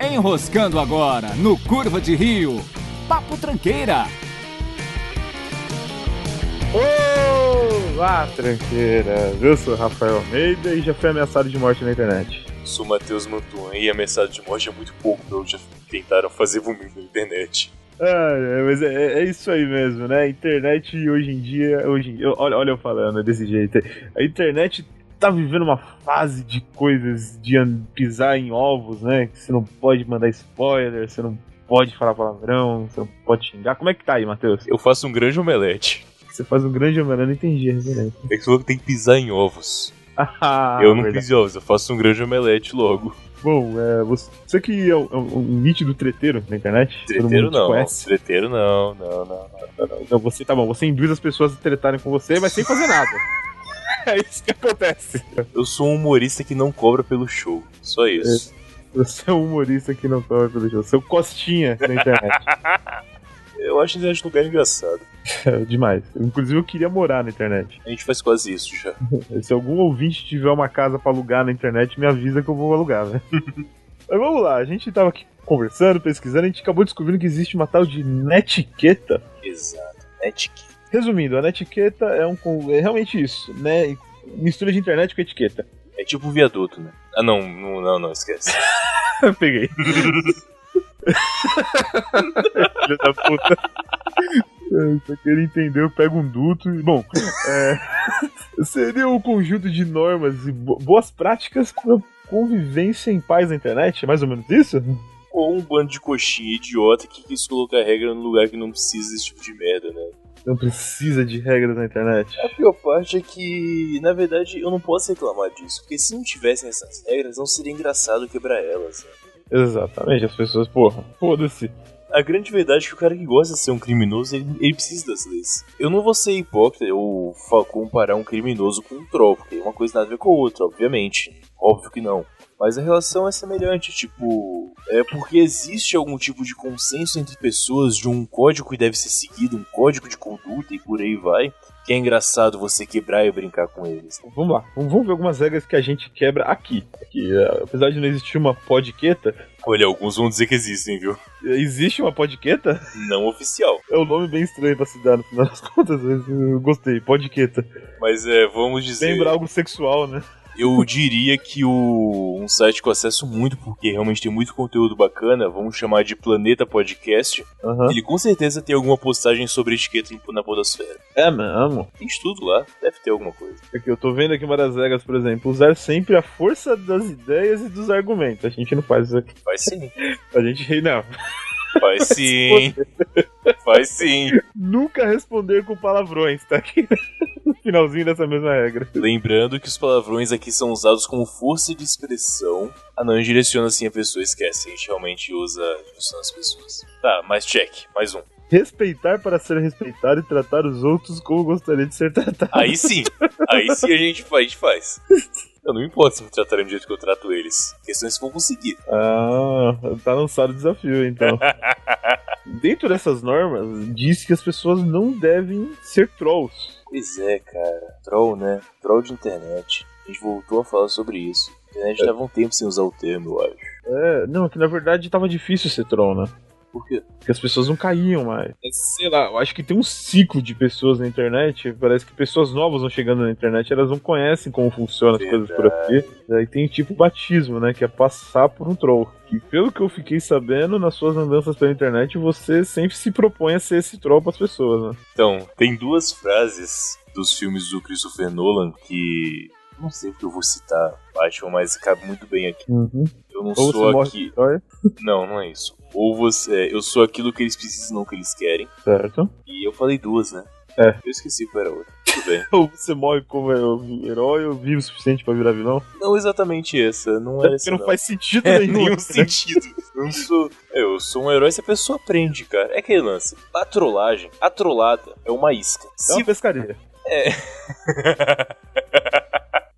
Enroscando agora no Curva de Rio. Papo Tranqueira. Olá, tranqueira! Eu sou Rafael Almeida e já fui ameaçado de morte na internet. Sou Matheus Mantuan e ameaçado de morte é muito pouco pra eu já tentaram fazer vomito na internet. Ah, é, mas é, é isso aí mesmo, né? A internet hoje em dia. Hoje em dia olha, olha eu falando desse jeito. A internet tá vivendo uma fase de coisas de an- pisar em ovos, né? Que você não pode mandar spoiler, você não pode falar palavrão, você não pode xingar. Como é que tá aí, Matheus? Eu faço um grande omelete. Você faz um grande homem, eu não entendi né? a referência. É que você falou que tem que pisar em ovos. Ah, eu não verdade. piso em ovos, eu faço um grande omelete logo. Bom, é, você, você que é um, é um nítido treteiro na internet? todo Treteiro mundo te não. conhece. Treteiro não, não, não. Então você, tá bom, você induz as pessoas a tretarem com você, mas sem fazer nada. É isso que acontece. Eu sou um humorista que não cobra pelo show. Só É. isso. Você é um humorista que não toma pelo jogo. Você é o Costinha na internet. Eu acho que é um lugar engraçado. É demais. Inclusive, eu queria morar na internet. A gente faz quase isso já. Se algum ouvinte tiver uma casa pra alugar na internet, me avisa que eu vou alugar, né? Mas vamos lá, a gente tava aqui conversando, pesquisando, a gente acabou descobrindo que existe uma tal de netiqueta. Exato. É Netiqueta. Resumindo, a netiqueta é um con- é realmente isso, né? Mistura de internet com etiqueta. É tipo um viaduto, né? Ah, não, não, não, não esquece. Peguei. Filha da puta. Eu só queria entender, eu pego um duto e. Bom, é, seria um conjunto de normas e bo- boas práticas para convivência em paz na internet? É mais ou menos isso? Ou um bando de coxinha idiota que quis colocar regra no lugar que não precisa desse tipo de merda, né? Não precisa de regras na internet. A pior parte é que, na verdade, eu não posso reclamar disso, porque se não tivessem essas regras, não seria engraçado quebrar elas. né? Exatamente, as pessoas, porra, foda-se. A grande verdade é que o cara que gosta de ser um criminoso, ele, ele precisa das leis. Eu não vou ser hipócrita ou fa- comparar um criminoso com um troll, porque uma coisa nada a ver com a outra, obviamente. Óbvio que não. Mas a relação é semelhante, tipo. É porque existe algum tipo de consenso entre pessoas de um código que deve ser seguido, um código de conduta e por aí vai, que é engraçado você quebrar e brincar com eles. né? Vamos lá, vamos vamos ver algumas regras que a gente quebra aqui. Aqui, eh, apesar de não existir uma podqueta, Olha, alguns vão dizer que existem, viu? eh, existe uma podqueta? Não oficial. É um nome bem estranho pra se dar, no final das contas, mas eu gostei, podqueta. Mas é, vamos dizer. Lembra algo sexual, né? Eu diria que o, um site que eu acesso muito, porque realmente tem muito conteúdo bacana, vamos chamar de Planeta Podcast. Aham. Ele com certeza tem alguma postagem sobre etiqueta no- na Podosfera. É mesmo. Tem estudo lá, deve ter alguma coisa. Aqui, eu tô vendo aqui uma das regras, por exemplo, usar sempre a força das ideias e dos argumentos. A gente não faz isso aqui. Faz sim. A gente, não. Faz sim. Faz sim. Nunca responder com palavrões, tá aqui no finalzinho dessa mesma regra. Lembrando que os palavrões aqui são usados como força de expressão. Ah não, a gente direciona assim a pessoa, esquece. A gente realmente usa direciona as pessoas. Tá, mais check, mais um. Respeitar para ser respeitado e tratar os outros como gostaria de ser tratado. Aí sim, aí sim a gente faz, a gente faz. Eu não me importo se me tratarem do jeito que eu trato eles. Questões que vão conseguir. Ah, tá lançado o desafio, então. Dentro dessas normas, diz que as pessoas não devem ser trolls. Pois é, cara. Troll, né? Troll de internet. A gente voltou a falar sobre isso. A internet tava um tempo sem usar o termo, eu acho. É, não, que na verdade tava difícil ser troll, né? Por quê? Porque as pessoas não caíam mais. É, Sei lá, eu acho que tem um ciclo de pessoas na internet. Parece que pessoas novas vão chegando na internet, elas não conhecem como funcionam as coisas por aqui. Aí tem tipo batismo, né? Que é passar por um troll. E pelo que eu fiquei sabendo, nas suas andanças pela internet, você sempre se propõe a ser esse troll pras pessoas, né? Então, tem duas frases dos filmes do Christopher Nolan que. Não sei porque eu vou citar Batman, mas cabe muito bem aqui. Uhum. Eu não Ou você sou morre aqui. Olha. Não, não é isso. Ou você. Eu sou aquilo que eles precisam, não que eles querem. Certo. E eu falei duas, né? É. Eu esqueci qual era a outra. Tudo bem. Ou Então, você morre como é um herói ou vive o suficiente pra virar vilão? Não exatamente essa, não Até era porque essa. não, não. faz sentido É, nenhum. nenhum né? sentido. Eu não sou. Eu sou um herói se a pessoa aprende, cara. É aquele lance. A trollagem, a trollada é uma isca. É Se... uma pescaria.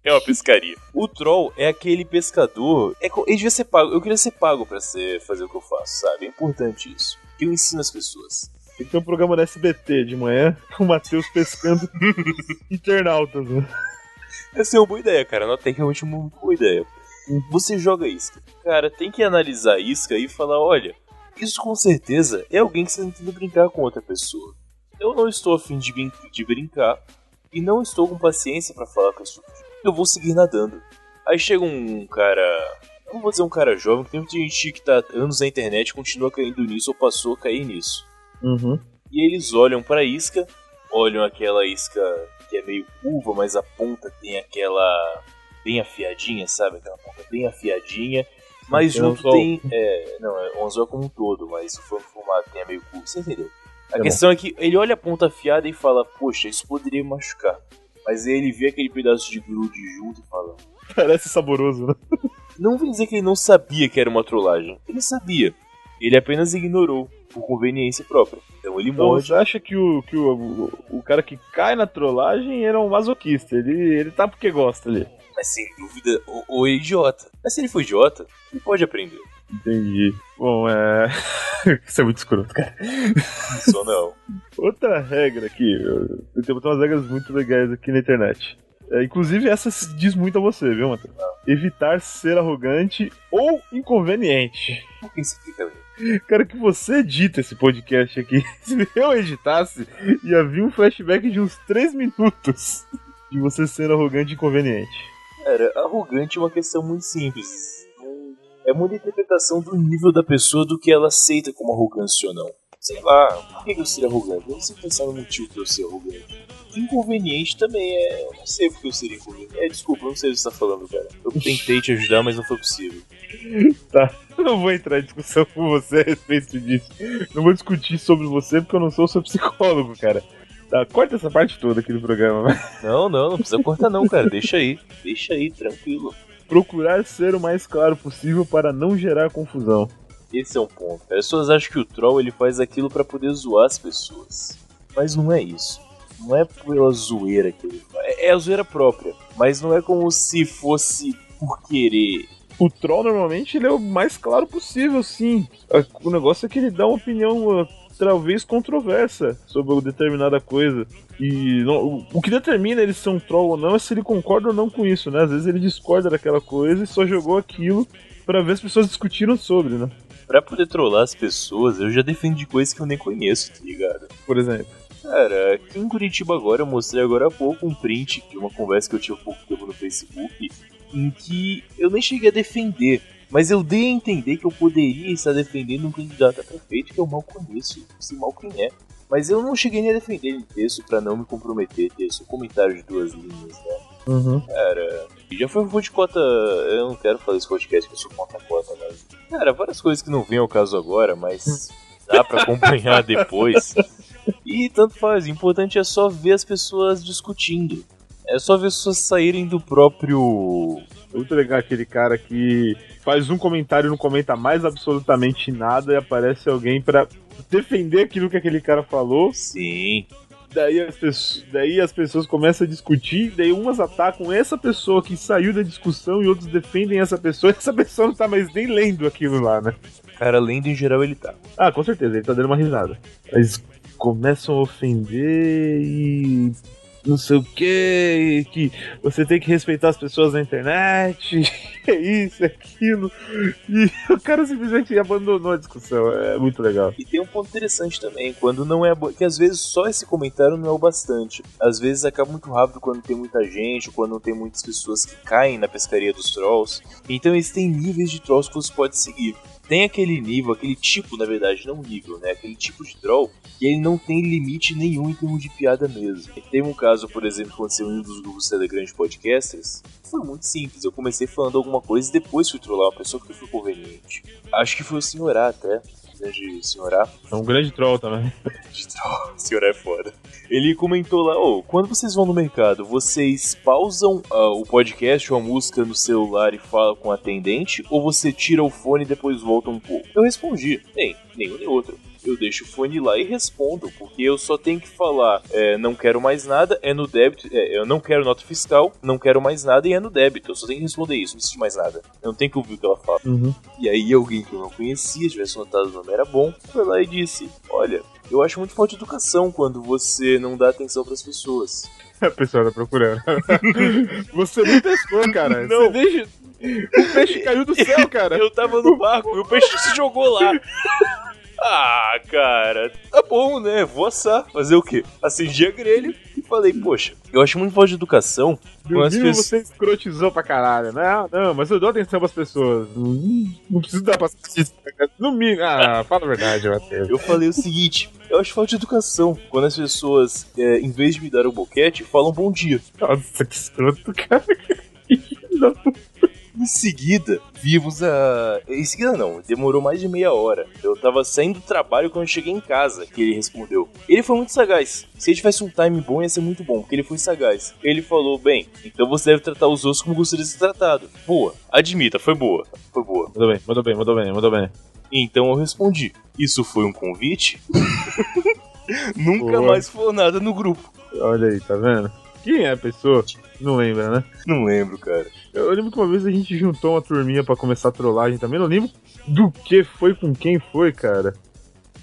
É uma pescaria. O troll é aquele pescador. É... co- Ele devia ser pago. Eu queria ser pago pra ser... fazer o que eu faço, sabe? É importante isso. Que eu ensino as pessoas. Tem que ter um programa na SBT de manhã com o Matheus pescando internautas. né? Essa é uma boa ideia, cara. Nota é realmente uma boa ideia. Uhum. Você joga isca. Cara, tem que analisar a isca e falar: olha, isso com certeza é alguém que está tentando brincar com outra pessoa. Eu não estou afim de, brin de brincar e não estou com paciência para falar com esse tipo de gente. Eu vou seguir nadando. Aí chega um cara. Eu não vou dizer um cara jovem, que tem muita gente que tá anos na internet e continua caindo nisso ou passou a cair nisso. Uhum. E eles olham pra isca, olham aquela isca que é meio curva, mas a ponta tem aquela. bem afiadinha, sabe? Aquela ponta bem afiadinha. Mas Tem um junto anzol. tem. É, não, é um anzol como um todo, mas o formato fumado tem é meio curvo, você entendeu? A Tá questão é que ele olha a ponta afiada e fala, poxa, isso poderia machucar. Mas aí ele vê aquele pedaço de grude junto e fala, Parece saboroso, né? não vou dizer que ele não sabia que era uma trollagem. Ele sabia. Ele apenas ignorou, por conveniência própria. Então ele Então, morde. você acha que, o, que o, o, o cara que cai na trollagem era um masoquista? Ele, ele tá porque gosta ali. Mas sem dúvida, ou, ou é idiota. Mas se ele for idiota, ele pode aprender. Entendi. Bom, é. Isso é muito escroto, cara. Só não. Outra regra aqui. Eu eu tenho umas regras muito legais aqui na internet. É, inclusive, essa se diz muito a você, viu, Matheus? Evitar ser arrogante ou inconveniente. Por que você fica ali? Cara, que você edita esse podcast aqui. Se eu editasse, ia vir um flashback de uns 3 minutos de você sendo arrogante e inconveniente. Cara, arrogante é uma questão muito simples. Não- É muita interpretação do nível da pessoa do que ela aceita como arrogância ou não. Sei lá, por que eu seria arrogante? Eu não sei pensar no motivo pra eu ser arrogante. Inconveniente também é. Eu não sei porque eu seria inconveniente. É, desculpa, eu não sei o que você tá falando, cara. Eu tentei te ajudar, mas não foi possível. Eu não vou entrar em discussão com você a respeito disso. Não vou discutir sobre você porque eu não sou seu psicólogo, cara. Tá, corta essa parte toda aqui do programa. vai. Não, não, não precisa cortar, não, cara. Deixa aí. Deixa aí, tranquilo. Procurar ser o mais claro possível para não gerar confusão. Esse é um ponto. As pessoas acham que o troll ele faz aquilo pra poder zoar as pessoas. Mas não é isso. Não é pela zoeira que ele faz. É- É a zoeira própria. Mas não é como se fosse por querer. O troll normalmente ele é o mais claro possível, sim. A- O negócio é que ele dá uma opinião uh, talvez controversa sobre uma determinada coisa. E não- o- o que determina ele ser um troll ou não é se ele concorda ou não com isso, né? Às vezes ele discorda daquela coisa e só jogou aquilo pra ver as pessoas discutiram sobre, né? Pra poder trollar as pessoas, eu já defendi coisas que eu nem conheço, tá ligado? Por exemplo. Cara, aqui em Curitiba agora, eu mostrei agora há pouco um print de uma conversa que eu tive há pouco tempo no Facebook, em que eu nem cheguei a defender, mas eu dei a entender que eu poderia estar defendendo um candidato a prefeito que eu mal conheço, se mal quem é. Mas eu não cheguei nem a defender ele em texto pra não me comprometer, texto, comentário de duas linhas, né? Uhum. E Já foi um de cota. Eu não quero fazer esse podcast que eu sou contra cota, mas. Cara, várias coisas que não vêm ao caso agora, mas dá pra acompanhar depois. E tanto faz, o importante é só ver as pessoas discutindo. É só ver as pessoas saírem do próprio. É muito legal aquele cara que faz um comentário e não comenta mais absolutamente nada e aparece alguém pra defender aquilo que aquele cara falou Sim. Daí as, pessoas, daí as pessoas começam a discutir, daí umas atacam essa pessoa que saiu da discussão e outros defendem essa pessoa, e essa pessoa não tá mais nem lendo aquilo lá, né? Cara, lendo em geral ele tá. Ah, com certeza, ele tá dando uma risada. Mas começam a ofender e não sei o que, que você tem que respeitar as pessoas na internet, é isso, é aquilo. E o cara simplesmente abandonou a discussão, é muito legal. E tem um ponto interessante também, quando não é. bo- Que às vezes só esse comentário não é o bastante. Às vezes acaba muito rápido quando tem muita gente, ou quando tem muitas pessoas que caem na pescaria dos trolls. Então eles têm níveis de trolls que você pode seguir. Tem aquele nível, aquele tipo, na verdade, não nível, né? Aquele tipo de troll que ele não tem limite nenhum em termos de piada mesmo. E teve um caso, por exemplo, que aconteceu em um dos grupos Telegram de podcasters. Foi muito simples, eu comecei falando alguma coisa e depois fui trollar uma pessoa que foi conveniente. Acho que foi o senhorá até. Grande senhorá É um grande troll também. de troll. Esse senhor é foda. Ele comentou lá, ô, quando vocês vão no mercado, vocês pausam ah, o podcast ou a música no celular e falam com o atendente? Ou você tira o fone e depois volta um pouco? Eu respondi, nem, nenhum nem outro. Eu deixo o fone lá e respondo, porque eu só tenho que falar, é, não quero mais nada, é no débito, é, eu não quero nota fiscal, não quero mais nada e é no débito. Eu só tenho que responder isso, não preciso de mais nada. Eu não tenho que ouvir o que ela fala. Uhum. E aí alguém que eu não conhecia, tivesse notado o nome era bom, foi lá e disse: Olha, eu acho muito falta de educação quando você não dá atenção pras pessoas. A pessoa tá procurando. Você não testou, cara. Você Não. deixa. O peixe caiu do céu, cara. Eu tava no barco e o peixe se jogou lá. Ah, cara, tá bom, né? Vou assar. Fazer o quê? Acendi a grelha e falei, poxa, eu acho muito falta de educação. No as mínimo pessoas- você escrotizou pra caralho, né? Ah, Não, mas eu dou atenção pras pessoas. Hum, Não preciso dar pra tá No mínimo. Ah, fala a verdade, Matheus. Eu falei o seguinte, eu acho falta de educação. Quando as pessoas, é, em vez de me dar o boquete, falam bom dia. Nossa, que escroto, cara. Em seguida, vimos a. Em seguida, não, demorou mais de meia hora. Eu tava saindo do trabalho quando eu cheguei em casa, que ele respondeu. Ele foi muito sagaz. Se ele tivesse um time bom, ia ser muito bom, porque ele foi sagaz. Ele falou: bem, então você deve tratar os outros como gostaria de ser tratado. Boa, admita, foi boa, foi boa. Mandou bem, mandou bem, mandou bem, mandou bem. Então eu respondi: isso foi um convite? Nunca Boa. mais falou nada no grupo. Olha aí, tá vendo? Quem é a pessoa? Não lembra, né? Não lembro, cara. Eu eu lembro que uma vez a gente juntou uma turminha pra começar a trollagem também. Não lembro do que foi com quem foi, cara.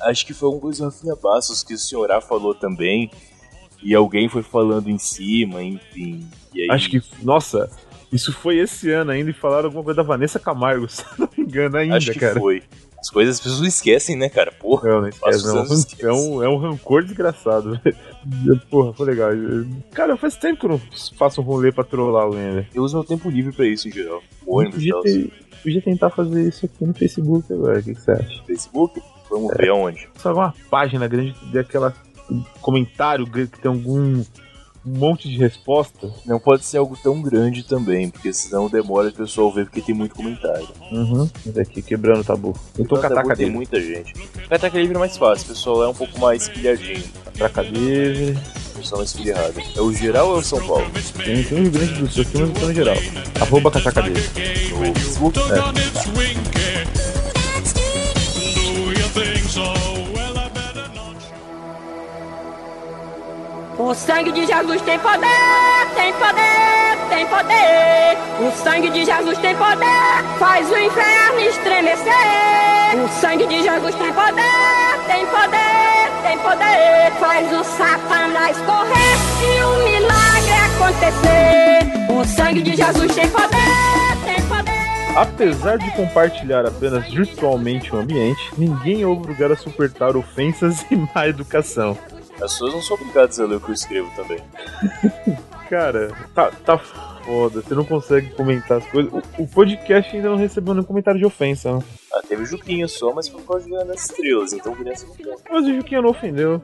Acho que foi alguma coisa do Rafinha Bastos que o senhor A falou também. E alguém foi falando em cima, enfim. E aí, Acho que, nossa, isso foi esse ano ainda e falaram alguma coisa da Vanessa Camargo, se eu não me engano, ainda, acho que cara. foi. As coisas as pessoas esquecem, né, cara? Porra. Não, não esquece, Passa os não. anos, esquece. É um, é um rancor desgraçado. velho. Porra, foi legal. Cara, faz tempo que eu não faço um rolê pra trollar alguém, velho. Eu uso meu tempo livre pra isso em geral. O ônibus Podia, e tal. ter- podia tentar fazer isso aqui no Facebook agora, o que que você acha? Facebook? Vamos É. ver aonde. Só uma página grande daquela um comentário grande que tem algum um monte de resposta. Não pode ser algo tão grande também, porque senão demora o pessoal ver, porque tem muito comentário. é Uhum. Daqui, quebrando o tabu. Eu tô com a taca tem dele. muita gente. Cataca livre é mais fácil, o pessoal é um pouco mais pilhadinho. Taca dele. O pessoal é mais pilhado. É o geral ou é o São Paulo? Tem, tem um Rio Grande do Sul aqui, mas eu tô no geral. Arroba cataca dele. No Facebook? Don't É. it's winky. Do you think so? Well, I better not. O sangue de Jesus tem poder, tem poder, tem poder. O sangue de Jesus tem poder, faz o inferno estremecer. O sangue de Jesus tem poder, tem poder, tem poder. Faz o Satanás correr e o milagre acontecer. O sangue de Jesus tem poder, tem poder. Apesar de compartilhar apenas virtualmente o ambiente, ninguém é obrigado a suportar ofensas e má educação. As pessoas não são obrigadas a ler o que eu escrevo também. Cara, tá, tá foda, você não consegue comentar as coisas. O, o podcast ainda não recebeu nenhum comentário de ofensa, né? Ah, teve o Juquinha só, mas foi por causa de Guerra das estrelas, então criança não tem. Mas o Juquinha não ofendeu.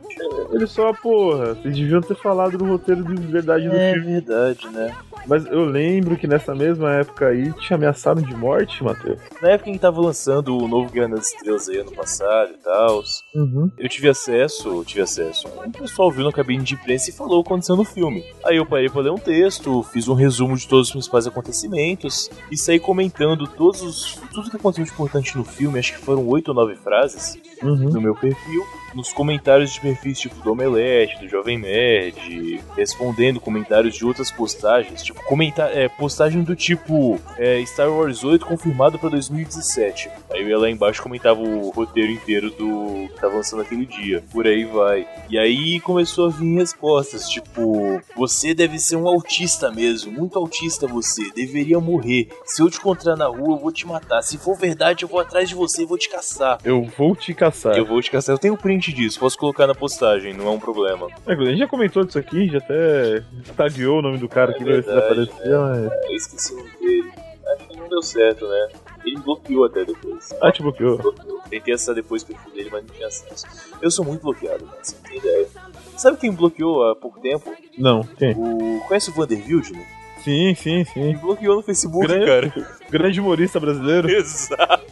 Ele só, porra, vocês deviam ter falado do roteiro de verdade do filme. É verdade, né? Mas eu lembro que nessa mesma época aí te ameaçaram de morte, Matheus. Na época em que tava lançando o novo Guerra das Estrelas aí ano passado e tal, Uhum. eu tive acesso, eu tive acesso. Um pessoal viu na cabine de imprensa e falou o que aconteceu no filme. Aí eu parei pra ler um texto, fiz um resumo de todos os principais acontecimentos e saí comentando todos os, tudo que aconteceu de importante no filme, acho que foram oito ou nove frases. Uhum. no meu perfil, nos comentários de perfis tipo do Omelete, do Jovem Nerd, respondendo comentários de outras postagens, tipo comentar, é, postagem do tipo é, Star Wars 8 confirmado pra 2017. Aí eu ia lá embaixo e comentava o roteiro inteiro do que tava lançando aquele dia, por aí vai. E aí começou a vir respostas, tipo, você deve ser um autista mesmo, muito autista você, deveria morrer. Se eu te encontrar na rua, eu vou te matar. Se for verdade, eu vou atrás de você e vou te caçar. Eu vou te caçar. Eu vou te caçar. Eu tenho um print disso, posso colocar na postagem, não é um problema. É, A gente já comentou disso aqui, já até tagueou o nome do cara É que vai verdade, é. desaparecer, mas. Eu esqueci o nome dele. Acho que não deu certo, né? Ele bloqueou até depois. Ah, te bloqueou. bloqueou. Tentei acessar depois o perfil dele, mas não tinha acesso. Eu sou muito bloqueado, né? Você não tem ideia. Sabe quem me bloqueou há pouco tempo? Não, quem? O... Conhece o Vanderbilt, né? Sim, sim, sim. Me bloqueou no Facebook, Grande- cara. Grande humorista brasileiro. Exato.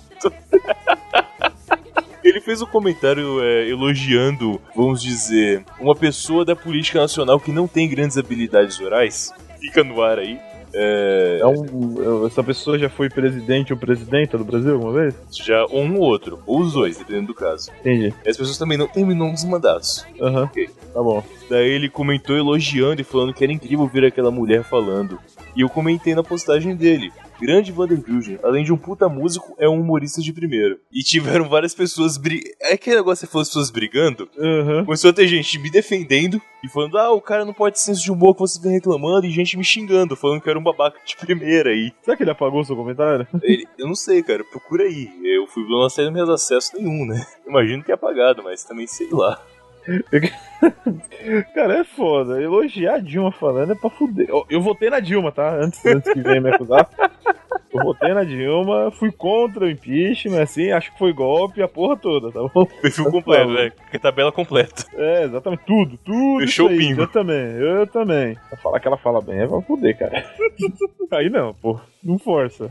Ele fez um comentário é, elogiando, vamos dizer, uma pessoa da política nacional que não tem grandes habilidades orais. Fica no ar aí. É, É um- essa pessoa já foi presidente ou presidenta do Brasil alguma vez? já um ou outro, ou os dois, dependendo do caso. Entendi. E as pessoas também não terminam os mandatos. Aham. Ok. Tá bom. Daí ele comentou elogiando e falando que era incrível ver aquela mulher falando. E eu comentei na postagem dele. Grande Vanderbilgen, além de um puta músico, é um humorista de primeiro. E tiveram várias pessoas bri... É aquele negócio que você falou as pessoas brigando? Aham. Começou a ter gente me defendendo e falando, ah, o cara não pode ter senso de humor que você vem reclamando, e gente me xingando, falando que eu era um babaca de primeira aí. Será que ele apagou seu comentário? Ele- eu não sei, cara, procura aí. Eu fui eu não sei meus acessos nenhum, né? Imagino que é apagado, mas também sei lá. Cara, é foda. Elogiar a Dilma falando é pra fuder. Eu, eu votei na Dilma, tá? Antes, antes que venha me acusar. Eu votei na Dilma, fui contra o impeachment, assim, acho que foi golpe, a porra toda, tá bom? Perfil completo, né? Que tabela completa. É, exatamente, tudo, tudo. isso Fechou aí. o pingo. Eu também, eu também. Pra falar que ela fala bem é pra fuder, cara. Aí não, pô. Não força.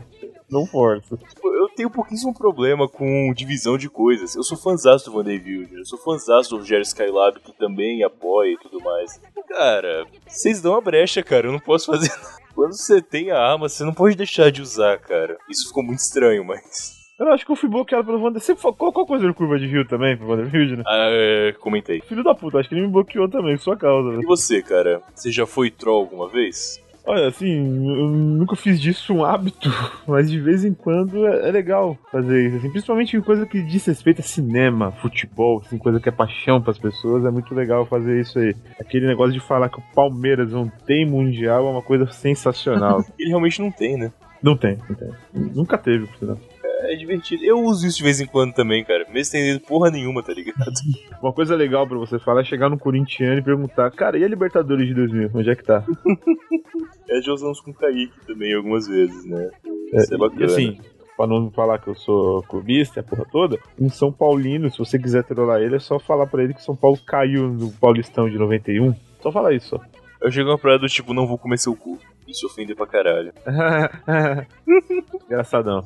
Não força. Tipo, Eu tenho pouquíssimo problema com divisão de coisas. Eu sou fãzaço do Vanderbilt, eu sou fãzaço do Rogério Skylab, que também apoia e tudo mais. Cara, vocês dão a brecha, cara, eu não posso fazer nada. Quando você tem a arma, você não pode deixar de usar, cara. Isso ficou muito estranho, mas. Eu acho que eu fui bloqueado pelo Vander. Você fo- colocou coisa no curva de rio também pro Vanderbilt, né? Ah, é, comentei. Filho da puta, acho que ele me bloqueou também, por sua causa, né? velho. E você, cara? Você já foi troll alguma vez? Olha, assim, eu nunca fiz disso um hábito, mas de vez em quando é, é legal fazer isso. assim. principalmente em coisa que diz respeito a cinema, futebol, assim, coisa que é paixão pras pessoas, é muito legal fazer isso aí. Aquele negócio de falar que o Palmeiras não tem mundial é uma coisa sensacional. Ele realmente não tem, né? não tem, não tem. Nunca teve, por sinal. É divertido. Eu uso isso de vez em quando também, cara. Mesmo sem entender porra nenhuma, tá ligado? Uma coisa legal pra você falar é chegar no corintiano e perguntar, cara, e a Libertadores de 2000? Onde é que tá? É, já usamos com o Kaique também algumas vezes, né? Isso é, bacana. E assim, pra não falar que eu sou clubista, a porra toda, um São Paulino, se você quiser trollar ele, é só falar pra ele que São Paulo caiu no Paulistão de 91. Só falar isso, ó. Eu chego uma parada do tipo, não vou comer seu cu. Isso ofende pra caralho. Engraçadão.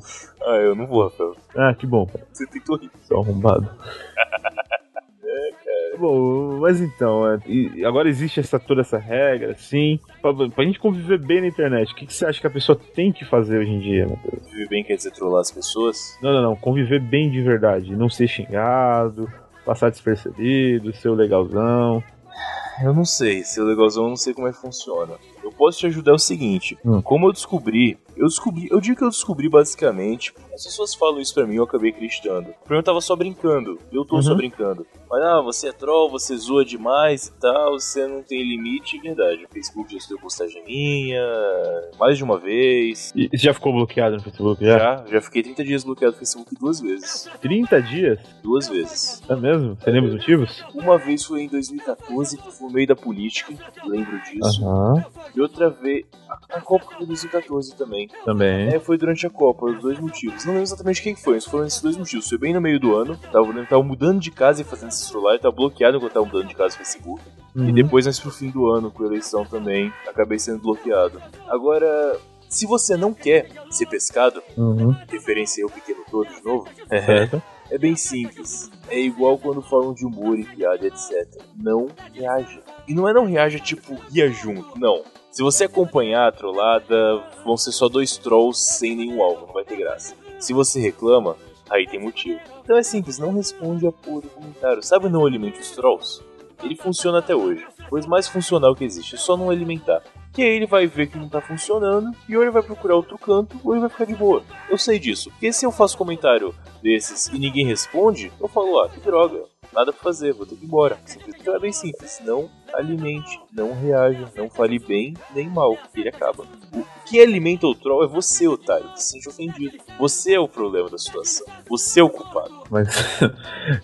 Ah, eu não vou, Rafael. Ah, que bom, cara. Você tentou rir. Só arrombado. É, Bom, mas então, é, e agora existe essa, toda essa regra, sim. Pra, pra gente conviver bem na internet, o que, que você acha que a pessoa tem que fazer hoje em dia, Matheus? Viver bem quer dizer trollar as pessoas? Não, não, não. Conviver bem de verdade. Não ser xingado, passar despercebido, ser o legalzão. Eu não sei. Seu legalzão, eu não sei como é que funciona. Eu posso te ajudar é o seguinte. Hum. Como eu descobri... Eu descobri... Eu digo que eu descobri, basicamente... As pessoas falam isso pra mim, eu acabei acreditando. Pra mim, eu tava só brincando. Eu tô só Uhum. brincando. Mas, ah, você é troll, você zoa demais e tal, você não tem limite. É Verdade, o Facebook já deu postagem minha... Mais de uma vez... E você já ficou bloqueado no Facebook? Já? Já, já fiquei 30 dias bloqueado no Facebook duas vezes. 30 dias? Duas vezes. É mesmo? Você lembra os motivos? Uma vez foi em 2014, que foi no meio da política, lembro disso. Aham. E outra vez, a, a Copa foi em 2014 também. Também. É, foi durante a Copa, os dois motivos. Não lembro exatamente quem foi, mas foram esses dois motivos. Foi bem no meio do ano, tava, eu tava mudando de casa e fazendo esse celular, tava bloqueado enquanto tava mudando de casa no Facebook. E Uhum. depois, mais pro fim do ano, com a eleição também, acabei sendo bloqueado. Agora, se você não quer ser pescado, Uhum. referência ao pequeno todo de novo, Certo. É bem simples. É igual quando falam de humor e piada, etc. Não reaja. E não é não reaja tipo ria junto, não. Se você acompanhar a trollada, vão ser só dois trolls sem nenhum alvo, não vai ter graça. Se você reclama, aí tem motivo. Então é simples, não responde a porra do comentário. Sabe o não alimente os trolls? Ele funciona até hoje. Coisa mais funcional que existe, é só não alimentar. Que aí ele vai ver que não tá funcionando, e ou ele vai procurar outro canto, ou ele vai ficar de boa. Eu sei disso, porque se eu faço comentário desses e ninguém responde, eu falo, ah, que droga, nada pra fazer, vou ter que ir embora. Simples, Então é bem simples, não alimente, não reaja, não fale bem nem mal, ele acaba. O que alimenta o troll é você, otário, que se sente ofendido. Você é o problema da situação, você é o culpado. Mas,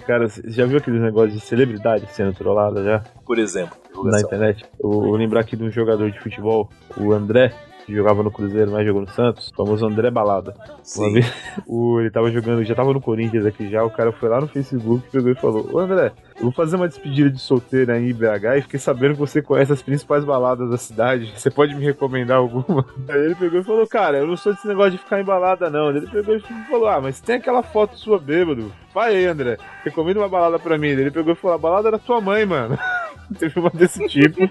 cara, você já viu aqueles negócios de celebridade sendo trollada já? Por exemplo, na divulgação. internet. Eu vou lembrar aqui de um jogador de futebol, o André, que jogava no Cruzeiro, mas jogou no Santos, o famoso André Balada. Uma Sim. vez, o, ele tava jogando, já tava no Corinthians aqui já, o cara foi lá no Facebook, pegou e falou, ô André, eu vou fazer uma despedida de solteiro aí em BH e fiquei sabendo que você conhece as principais baladas da cidade, você pode me recomendar alguma? Aí ele pegou e falou, cara, eu não sou desse negócio de ficar em balada não. Ele pegou e falou, ah, mas tem aquela foto sua bêbado. Vai aí, André, recomenda uma balada pra mim. Ele pegou e falou, a balada era tua mãe, mano. Teve uma desse tipo.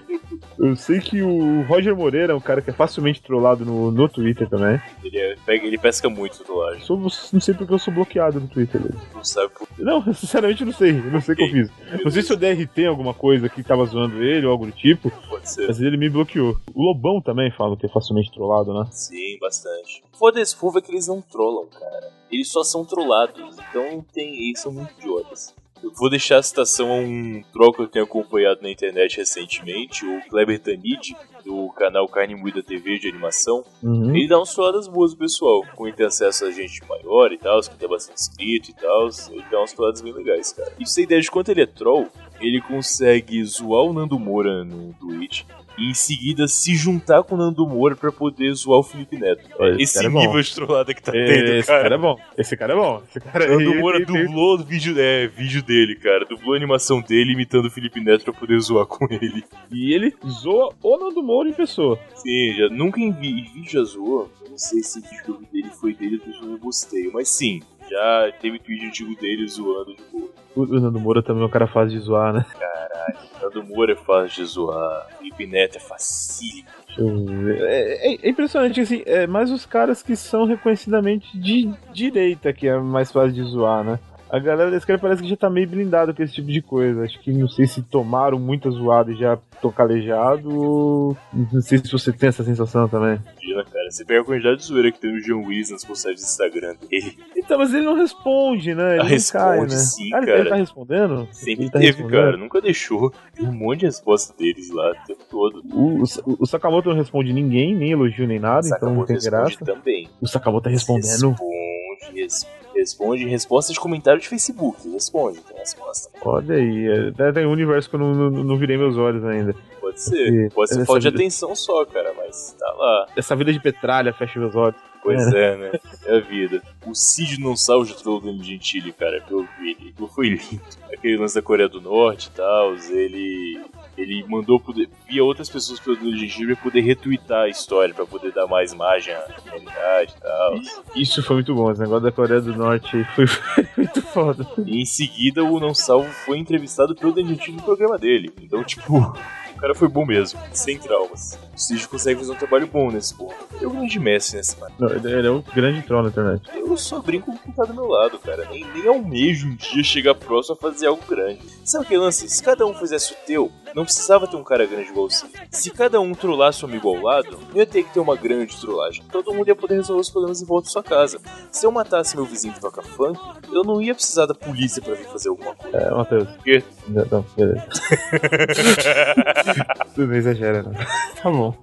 Eu sei que o Roger Moreira é um cara que é facilmente trollado no, no Twitter também. Ele, é- pega- ele pesca muito do laje. Sou, não sei porque eu sou bloqueado no Twitter. né? Não sabe por Não, sinceramente eu não sei. Eu não sei o que eu fiz. Não sei se eu DRT alguma coisa que tava zoando ele ou algo do tipo, que pode ser. mas ele me bloqueou. O Lobão também fala que é facilmente trollado, né? Sim, bastante. Foda-se, povo é que eles não trollam, cara. Eles só são trollados. Então tem. Eles são muito idiotas. Eu vou deixar a citação a um troll que eu tenho acompanhado na internet recentemente, o Kleber Tanid, do canal Carne Moída TV de animação. Uhum. Ele dá um uns trolladas boas pro pessoal, com ter acesso a gente maior e tal, que tem bastante inscrito e tal. Ele dá uns trolladas bem legais, cara. E pra você ter ideia de quanto ele é troll, ele consegue zoar o Nando Moura no Twitch e em seguida se juntar com o Nando Moura pra poder zoar o Felipe Neto. Olha, esse Esse cara é bom. nível de trollada que tá tendo, Esse cara. cara é bom. Esse cara é bom. Esse cara Nando ele- Moura ele- dublou o vídeo, é, vídeo dele, cara. Dublou a animação dele imitando o Felipe Neto pra poder zoar com ele. E ele zoa o Nando Moura em pessoa. Sim, já, nunca em vi- em vídeo já zoou. Eu não sei se o vídeo que eu vi dele foi dele ou eu não gostei, mas sim, já teve tweet antigo dele zoando de boa. O, o Nando Moura também é um cara fácil de zoar, né? Nando Moura é fácil de zoar, Felipe Neto é facílimo. Deixa eu ver. É, é- é impressionante, assim, é, mas os caras que são reconhecidamente de direita que é mais fácil de zoar, né? A galera da esquerda parece que já tá meio blindada com esse tipo de coisa. Acho que não sei se tomaram muita zoada e já tô calejado ou... Não sei se você tem essa sensação também. Imagina, cara. Você pega a quantidade de zoeira que tem no John Wiz nas postagens do Instagram dele. Então, mas ele não responde, né? Ele não Responde, cai, né? sim, Ah, ele- cara. Ele tá respondendo? Sempre Ele tá teve, respondendo? cara. Nunca deixou. Tem um monte de resposta deles lá o tempo todo. O, o, o Sakamoto não responde ninguém, nem elogio, nem nada, então não Sakamoto tem responde graça. também. O Sakamoto tá respondendo. Responde, res- responde. Resposta de comentário de Facebook. Responde, tem resposta. Olha aí, é- tá- tem um universo que eu não, não- não virei meus olhos ainda. Pode ser. E- Pode ser essa falta de vida- atenção só, cara, mas tá lá. Essa vida de petralha fecha meus olhos. Pois é, né? É a vida. O Cid não sabe de troll do Gentili, cara, pelo ele. aquilo Foi lindo. Aquele lance da Coreia do Norte e tal, ele. Ele mandou poder- via outras pessoas pelo Danilo Gentili pra poder retweetar a história, pra poder dar mais margem à realidade e tal. Isso foi muito bom, esse negócio da Coreia do Norte aí foi muito foda. E em seguida, o Não Salvo foi entrevistado pelo Denitino no programa dele. Então, tipo, o cara foi bom mesmo, sem traumas. O Cid consegue fazer um trabalho bom nesse ponto. Eu não de Messi nesse cara. Não, ele ele é um grande troll na internet. Eu só brinco com o que tá do meu lado, cara. Nem, nem almejo um dia chegar próximo a fazer algo grande. Sabe que lance? Se cada um fizesse o teu, não precisava ter um cara grande igual o Cid. Se cada um trollasse o amigo ao lado, não ia ter que ter uma grande trollagem. Todo mundo ia poder resolver os problemas em volta da sua casa. Se eu matasse meu vizinho que toca funk, eu não ia precisar da polícia pra vir fazer alguma coisa. É, Matheus. Quê? Não, não, beleza. Você não exagera, não. Tá bom.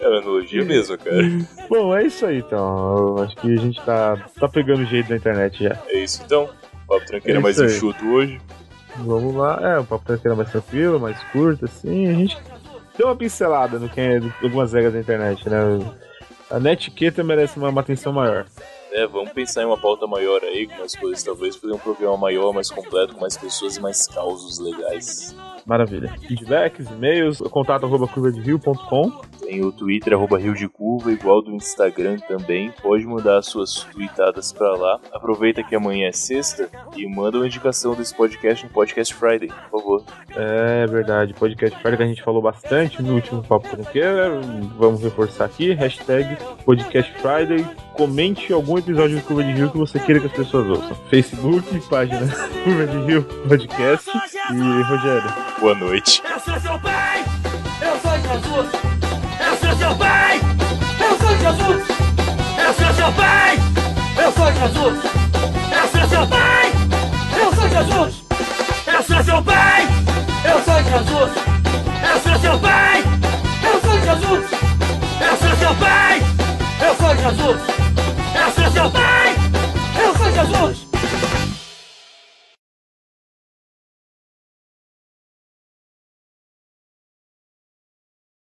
É uma analogia mesmo, cara. Bom, é isso aí então. Eu acho que a gente tá, tá pegando o jeito da internet já. É isso então. Papo Tranqueira É mais isso aí. enxuto hoje. Vamos lá. É, o papo era mais tranquilo, mais curto, assim. A gente deu uma pincelada no que é de algumas regras da internet, né? A netiqueta merece uma, uma atenção maior. É, vamos pensar em uma pauta maior aí, com mais coisas, talvez fazer um programa maior, mais completo, com mais pessoas e mais causos legais. Maravilha. Feedbacks, e-mails, contato arroba curvaderio.com. Tem o Twitter, arroba Rio de Curva, igual do Instagram também. Pode mandar suas tweetadas pra lá. Aproveita que amanhã é sexta e manda uma indicação desse podcast no Podcast Friday, por favor. É verdade, podcast Friday que a gente falou bastante no último Papo Tranqueira. né? Vamos reforçar aqui, hashtag Podcast Friday. Comente algum episódio do Curva de Rio que você queira que as pessoas ouçam. Facebook, página Curva de Rio Podcast. E Rogério. Boa noite. Eu sou seu pai, eu sou Jesus. Eu sou seu pai, eu sou Jesus. Eu sou seu pai, eu sou Jesus. Eu sou seu pai, eu sou Jesus. Eu sou seu pai, eu sou Jesus. Eu sou seu pai, eu sou Jesus. Eu sou seu pai, eu sou Jesus. Eu sou seu pai, eu sou Jesus.